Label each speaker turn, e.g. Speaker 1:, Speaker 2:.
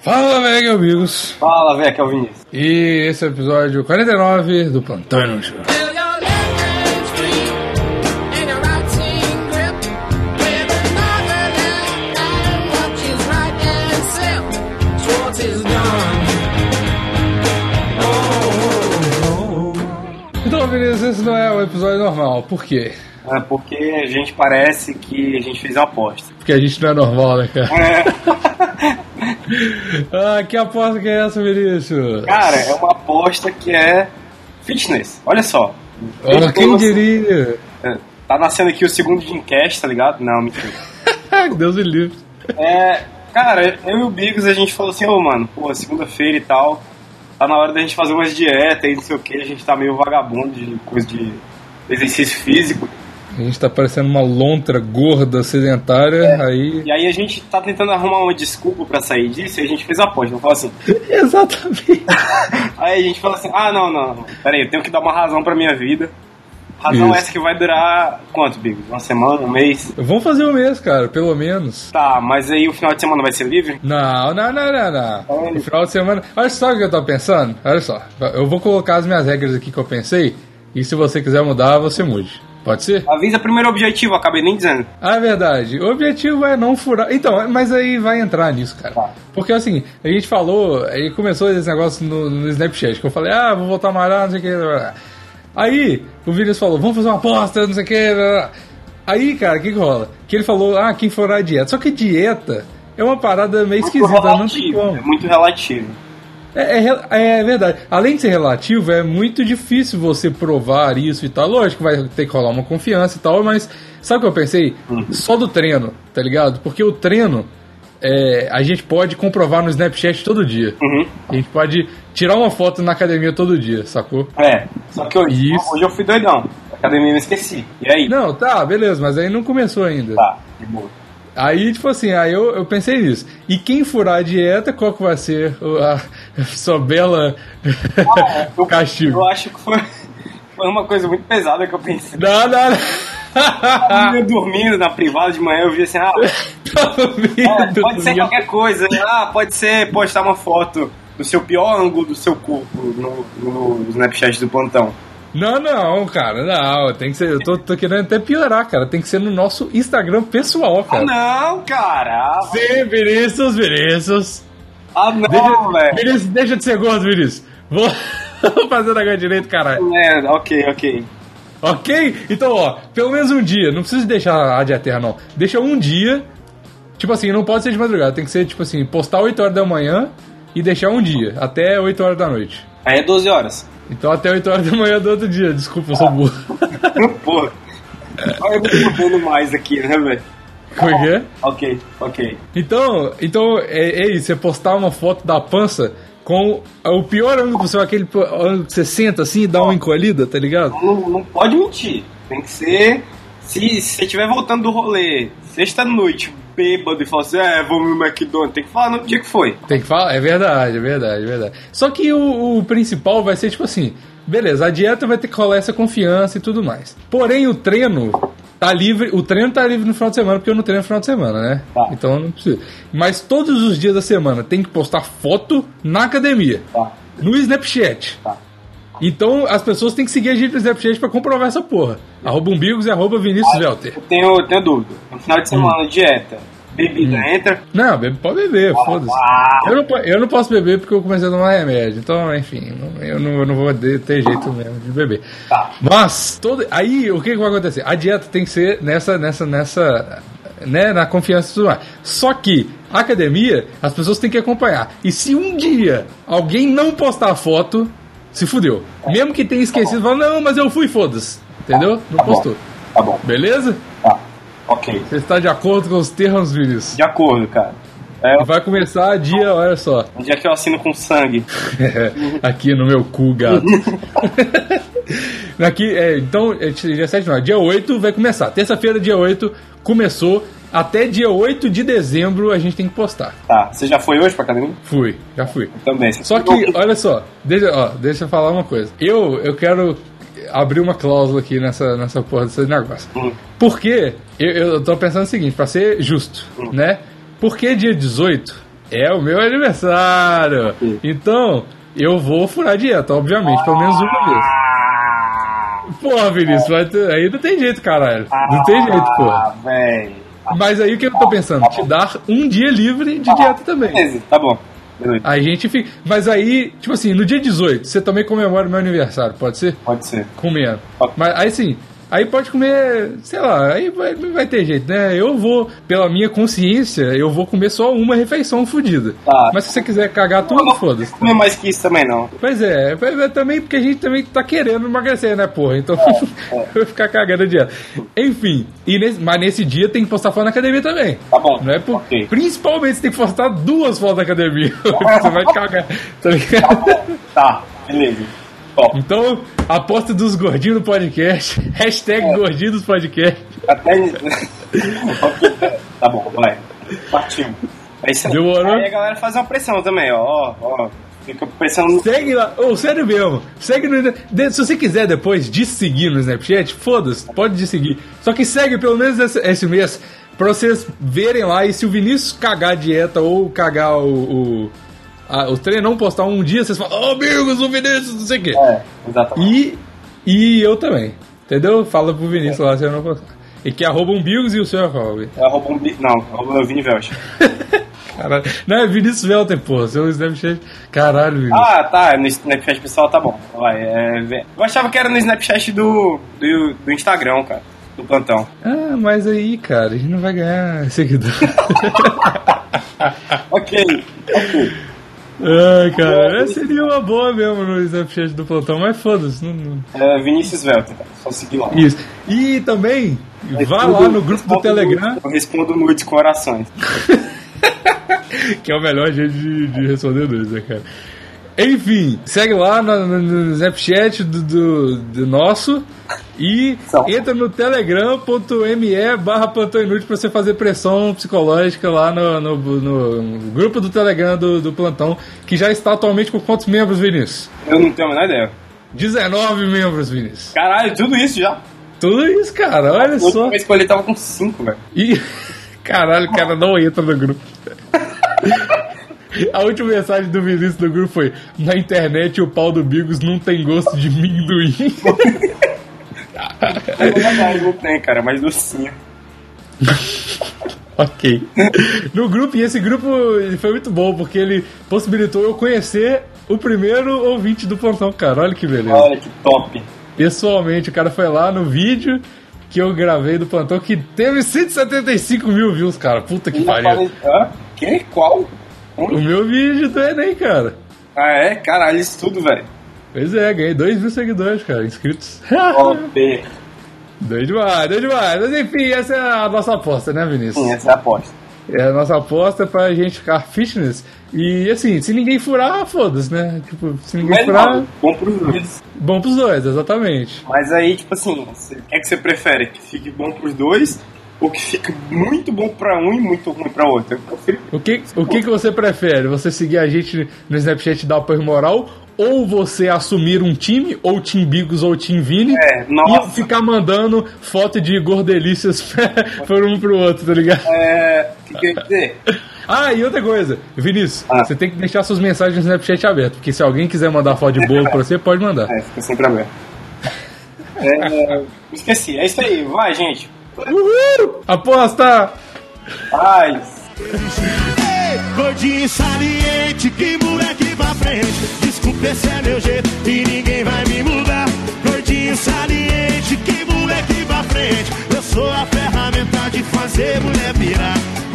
Speaker 1: Fala, velho, amigos.
Speaker 2: Fala, velho, que é o Vinícius.
Speaker 1: E esse é o episódio 49 do Plantão Inútil.
Speaker 3: Feel your legs free in a rotting grip. With another left hand, watch his right hand slip towards his gun.
Speaker 1: Então, Vinícius, esse não é o episódio normal. Por quê?
Speaker 2: É porque a gente parece que a gente fez uma aposta.
Speaker 1: Porque a gente não é normal, né, cara?
Speaker 2: É,
Speaker 1: Ah, que aposta que é essa, Vinícius?
Speaker 2: cara, é uma aposta que é fitness. Olha só.
Speaker 1: Ah, quem diria?
Speaker 2: É, Tá nascendo aqui o segundo Dreamcast, tá ligado? Não, mentira.
Speaker 1: Deus me livre.
Speaker 2: É, cara, eu e o Bigos a gente falou assim, ô mano, pô, segunda-feira e tal, tá na hora da gente fazer umas dietas e não sei o que, a gente tá meio vagabundo de coisa de exercício físico.
Speaker 1: A gente tá parecendo uma lontra gorda sedentária, aí...
Speaker 2: E aí a gente tá tentando arrumar uma desculpa pra sair disso e a gente fez a aposta. Eu falo assim,
Speaker 1: Exatamente.
Speaker 2: Aí a gente fala assim, ah, não, não, peraí, eu tenho que dar uma razão pra minha vida. Razão
Speaker 1: Isso.
Speaker 2: essa que vai durar quanto, Bigos? Uma semana, um mês?
Speaker 1: Vamos fazer um mês, cara, pelo menos.
Speaker 2: Tá, mas aí o final de semana vai ser livre?
Speaker 1: Não, não, não, não, não.
Speaker 2: Olha.
Speaker 1: No final de semana. Olha só o que eu tava pensando. Olha só. Eu vou colocar as minhas regras aqui que eu pensei. E se você quiser mudar, você mude. Pode ser?
Speaker 2: Avisa primeiro o objetivo, eu acabei nem dizendo.
Speaker 1: Ah, é verdade. O objetivo é não furar. Então, mas aí vai entrar nisso, cara.
Speaker 2: Tá.
Speaker 1: Porque assim, a gente falou, aí começou esse negócio no, no Snapchat, que eu falei, ah, vou voltar a malhar, não sei o que. blá, blá, blá. Aí, o Vinícius falou, vamos fazer uma aposta, não sei o que. blá, blá. Aí, cara, o que, que rola? Que ele falou, ah, quem furar a dieta. Só que dieta é uma parada meio esquisita, não tem como.
Speaker 2: é muito relativo.
Speaker 1: É, é re- é verdade. Além de ser relativo, é muito difícil você provar isso e tal. Lógico que vai ter que rolar uma confiança e tal, mas sabe o que eu pensei? Só do treino, tá ligado? Porque o treino é, a gente pode comprovar no Snapchat todo dia.
Speaker 2: Uhum.
Speaker 1: A gente pode tirar uma foto na academia todo dia, sacou?
Speaker 2: É, só que hoje,
Speaker 1: Isso.
Speaker 2: hoje eu fui doidão. A academia me esqueci. E aí?
Speaker 1: Não, tá, beleza, mas aí não começou ainda.
Speaker 2: Tá, de boa.
Speaker 1: Aí, tipo assim, aí eu, eu pensei nisso. E quem furar a dieta, qual que vai ser o- a, a sua bela
Speaker 2: Eu,
Speaker 1: castigo?
Speaker 2: eu acho que foi, foi uma coisa muito pesada que eu pensei.
Speaker 1: Não, não, não. Ah.
Speaker 2: Eu dormindo na privada de manhã, eu vi assim, ah,
Speaker 1: Tava
Speaker 2: É,
Speaker 1: vendo
Speaker 2: pode ser
Speaker 1: minha-
Speaker 2: qualquer coisa. né? Ah, pode ser postar uma foto do seu pior ângulo do seu corpo no, no Snapchat do plantão.
Speaker 1: Não, não, cara, não. Tem que ser. Eu tô, tô querendo até piorar, cara. Tem que ser no nosso Instagram pessoal,
Speaker 2: Ah,
Speaker 1: cara.
Speaker 2: não, cara. Ah,
Speaker 1: Sim, Vinícius, Vinícius.
Speaker 2: Ah, não,
Speaker 1: Deixa,
Speaker 2: velho.
Speaker 1: Vinícius, deixa de ser gordo, Vinícius. Vou, vou fazer o negócio direito, caralho.
Speaker 2: É, ok, ok.
Speaker 1: Ok? Então, ó, pelo menos um dia. Não precisa deixar a dia terra, não. Deixa um dia. Tipo assim, não pode ser de madrugada. Tem que ser, tipo assim, postar 8 horas da manhã e deixar um dia. Até 8 horas da noite.
Speaker 2: Aí é 12 horas.
Speaker 1: Então, até 8 horas da manhã do outro dia. Desculpa, eu sou burro.
Speaker 2: Porra. Olha, eu tô mudando mais aqui, né, velho?
Speaker 1: Como é que é?
Speaker 2: Ok, ok.
Speaker 1: Então, então é, é isso, você postar uma foto da pança com o pior ângulo possível, aquele po- ângulo que você senta assim e dá uma encolhida, tá ligado?
Speaker 2: Não, não pode mentir. Tem que ser. Se se você estiver voltando do rolê, sexta-noite, bêbado, e falar assim, é, vamos no McDonald's, tem que falar no dia que foi.
Speaker 1: Tem que falar, é verdade, é verdade, é verdade. Só que o, o principal vai ser tipo assim, beleza, a dieta vai ter que rolar essa confiança e tudo mais. Porém, o treino tá livre, o treino tá livre no final de semana, porque eu não treino no final de semana, né?
Speaker 2: Tá.
Speaker 1: Então não precisa. Mas todos os dias da semana tem que postar foto na academia.
Speaker 2: Tá.
Speaker 1: No Snapchat.
Speaker 2: Tá.
Speaker 1: Então as pessoas têm que seguir a gente no Snapchat pra comprovar essa porra. Arroba umbigos e arroba Vinícius Velter.
Speaker 2: Eu tenho, eu tenho dúvida. No final de
Speaker 1: Hum.
Speaker 2: semana, dieta, bebida entra.
Speaker 1: Não, bebe, pode beber, foda-se.
Speaker 2: Ah,
Speaker 1: Eu não, po- eu não posso beber porque eu comecei a tomar remédio. Então, enfim, não- eu não, eu não vou de- ter jeito mesmo de beber.
Speaker 2: Tá.
Speaker 1: Mas, todo, aí o que, que vai acontecer? A dieta tem que ser nessa, nessa, nessa. Né, na confiança e tudo mais. Só que a academia, as pessoas têm que acompanhar. E se um dia alguém não postar a foto, se fudeu. Mesmo que tenha esquecido, fala, não, mas eu fui, foda-se. Entendeu? Não
Speaker 2: Tá bom.
Speaker 1: postou.
Speaker 2: tá bom,
Speaker 1: Beleza?
Speaker 2: tá. Ok.
Speaker 1: Você está de acordo com os termos, Vinícius?
Speaker 2: De acordo, cara. É
Speaker 1: E Vai começar a dia, olha só.
Speaker 2: um dia que eu assino com sangue.
Speaker 1: É, aqui no meu cu, gato. Aqui, é, então, é, dia 7 não, é dia 8 vai começar. Terça-feira, dia 8, começou. Até dia 8 de dezembro a gente tem que postar.
Speaker 2: Tá. Você já foi hoje pra academia?
Speaker 1: Fui, já fui.
Speaker 2: Também.
Speaker 1: Só que, olha só, deixa, ó, deixa eu falar uma coisa. Eu, eu quero abrir uma cláusula aqui nessa, nessa porra desse negócio.
Speaker 2: Hum.
Speaker 1: Porque eu, eu tô pensando o seguinte, pra ser justo, né? Porque dia 18 É o meu aniversário. Então, eu vou furar a dieta, obviamente, pelo menos uma vez.
Speaker 2: Ah,
Speaker 1: Porra, Vinícius, vai ter- aí não tem jeito, caralho. Não tem jeito, porra.
Speaker 2: Ah, velho.
Speaker 1: Mas aí o que eu tô pensando? Te dar um dia livre de dieta também.
Speaker 2: Beleza, tá bom. Beleza,
Speaker 1: A gente fica. Mas aí, tipo assim, no dia 18, você também comemora o meu aniversário, pode ser?
Speaker 2: pode ser.
Speaker 1: Comendo. Mas aí sim, aí pode comer, sei lá, aí vai, vai ter jeito, né? Eu vou, pela minha consciência, eu vou comer só uma refeição fodida.
Speaker 2: Tá.
Speaker 1: Mas se você quiser cagar
Speaker 2: Eu
Speaker 1: tudo,
Speaker 2: não
Speaker 1: foda-se.
Speaker 2: vou comer mais que isso também, não.
Speaker 1: Pois é, mas é também porque a gente também tá querendo emagrecer, né, porra? Então
Speaker 2: É,
Speaker 1: vai ficar cagando a dieta. Enfim, e nesse- mas nesse dia tem que postar foto na academia também.
Speaker 2: Tá bom.
Speaker 1: Não é por...
Speaker 2: Ok.
Speaker 1: Principalmente você tem que postar duas fotos na academia. você vai cagar, tá ligado?
Speaker 2: Tá, beleza. Bom,
Speaker 1: Então, aposta dos gordinhos no podcast. Hashtag gordinhos dos podcast.
Speaker 2: até. Ok, tá bom, vai. Partimos. É isso aí.
Speaker 1: Demorou?
Speaker 2: Aí a galera faz uma pressão também, ó. Ó, ó. Fica pressando no
Speaker 1: Segue lá, ou sério mesmo, segue no. de- Se você quiser depois de seguir no Snapchat, foda-se, pode de seguir. Só que segue pelo menos esse, esse mês pra vocês verem lá. E se o Vinícius cagar a dieta ou cagar o, o, a- o treino, não postar um dia, vocês falam, ô amigos, o Vinícius, não sei o quê.
Speaker 2: É, exatamente.
Speaker 1: E, e eu também, entendeu? Fala pro Vinícius lá se eu não postar. E que arroba umbigos e o seu é qual, Gui?
Speaker 2: É arroba um bi... Não, arroba o Vini Velch.
Speaker 1: Caralho. Não, é Vinícius Velter, porra. Seu Snapchat. Caralho, Vinícius.
Speaker 2: Ah, tá, no Snapchat pessoal tá bom. Vai, é, vê. Eu achava que era no Snapchat do, do, do Instagram, cara. Do plantão.
Speaker 1: Ah, mas aí, cara, a gente não vai ganhar seguidor.
Speaker 2: Ok, ok.
Speaker 1: Ai, cara, essa seria uma boa mesmo no é Snapchat do plantão, mas foda-se. Não, não.
Speaker 2: É, Vinícius Velter, cara. Só seguir lá.
Speaker 1: Isso. E também, vá lá no grupo do Telegram,
Speaker 2: Eu respondo nudes com orações.
Speaker 1: que é o melhor jeito de, de responder dois, né, cara? Enfim, segue lá no, no- no Snapchat do, do- do nosso e
Speaker 2: Só.
Speaker 1: entra no telegram.me barra plantão inútil pra você fazer pressão psicológica lá no, no- no grupo do Telegram do, do plantão, que já está atualmente com quantos membros, Vinícius?
Speaker 2: Eu não tenho a menor ideia.
Speaker 1: 19 membros, Vinícius.
Speaker 2: Caralho, tudo isso já.
Speaker 1: Tudo isso, cara, olha
Speaker 2: A última
Speaker 1: só.
Speaker 2: vez que eu olhei tava com 5, velho.
Speaker 1: E... Caralho, o cara não entra no grupo. A última mensagem do Vinícius do grupo foi: Na internet o pau do Bigos não tem gosto de minduim.
Speaker 2: Eu não tenho, Não tem, cara, mas docinho.
Speaker 1: ok. No grupo, e esse grupo ele foi muito bom, porque ele possibilitou eu conhecer o primeiro ouvinte do plantão, cara. Olha que beleza.
Speaker 2: Olha que top.
Speaker 1: pessoalmente. O cara foi lá no vídeo que eu gravei do plantão que teve 175 mil views, cara. Puta que
Speaker 2: Eu
Speaker 1: pariu.
Speaker 2: Tá falei, Hã? Que? Qual? Um?
Speaker 1: O meu vídeo do Enem, cara.
Speaker 2: Ah, é? Caralho, isso tudo, velho.
Speaker 1: Pois é, ganhei 2 mil seguidores, cara, inscritos.
Speaker 2: Top.
Speaker 1: doido demais, doido demais. Mas enfim, essa é a nossa aposta, né, Vinícius?
Speaker 2: Sim, essa é a aposta.
Speaker 1: É a nossa aposta pra gente ficar fitness. E assim, se ninguém furar, foda-se, né? Tipo, se ninguém
Speaker 2: Mas
Speaker 1: furar,
Speaker 2: não, bom pros dois.
Speaker 1: bom pros dois, exatamente.
Speaker 2: Mas aí, tipo assim, você- o que é que você prefere? Que fique bom pros dois ou que fique muito bom pra um e muito ruim pra outro? Eu prefiro
Speaker 1: O que, o que, que você prefere? Você seguir a gente no Snapchat e dar apoio moral? Ou você assumir um time, ou Team Bigos ou Team Vini,
Speaker 2: É,
Speaker 1: e
Speaker 2: nossa.
Speaker 1: ficar mandando foto de gordelícias pra- por um pro outro, tá ligado?
Speaker 2: é, o que que eu ia dizer?
Speaker 1: Ah, e outra coisa, Vinícius,
Speaker 2: Ah.
Speaker 1: você tem que deixar suas mensagens no Snapchat aberto, porque se alguém quiser mandar foto de bolo pra você, pode mandar.
Speaker 2: É, fica sempre aberto. É, esqueci, é isso aí, vai, gente.
Speaker 1: Uhul! Aposta!
Speaker 2: Paz.
Speaker 4: Gordinho saliente, que moleque pra frente. Desculpa, esse é meu jeito e ninguém vai me mudar. Gordinho saliente, que moleque pra frente. Eu sou a ferramenta de fazer mulher pirar. é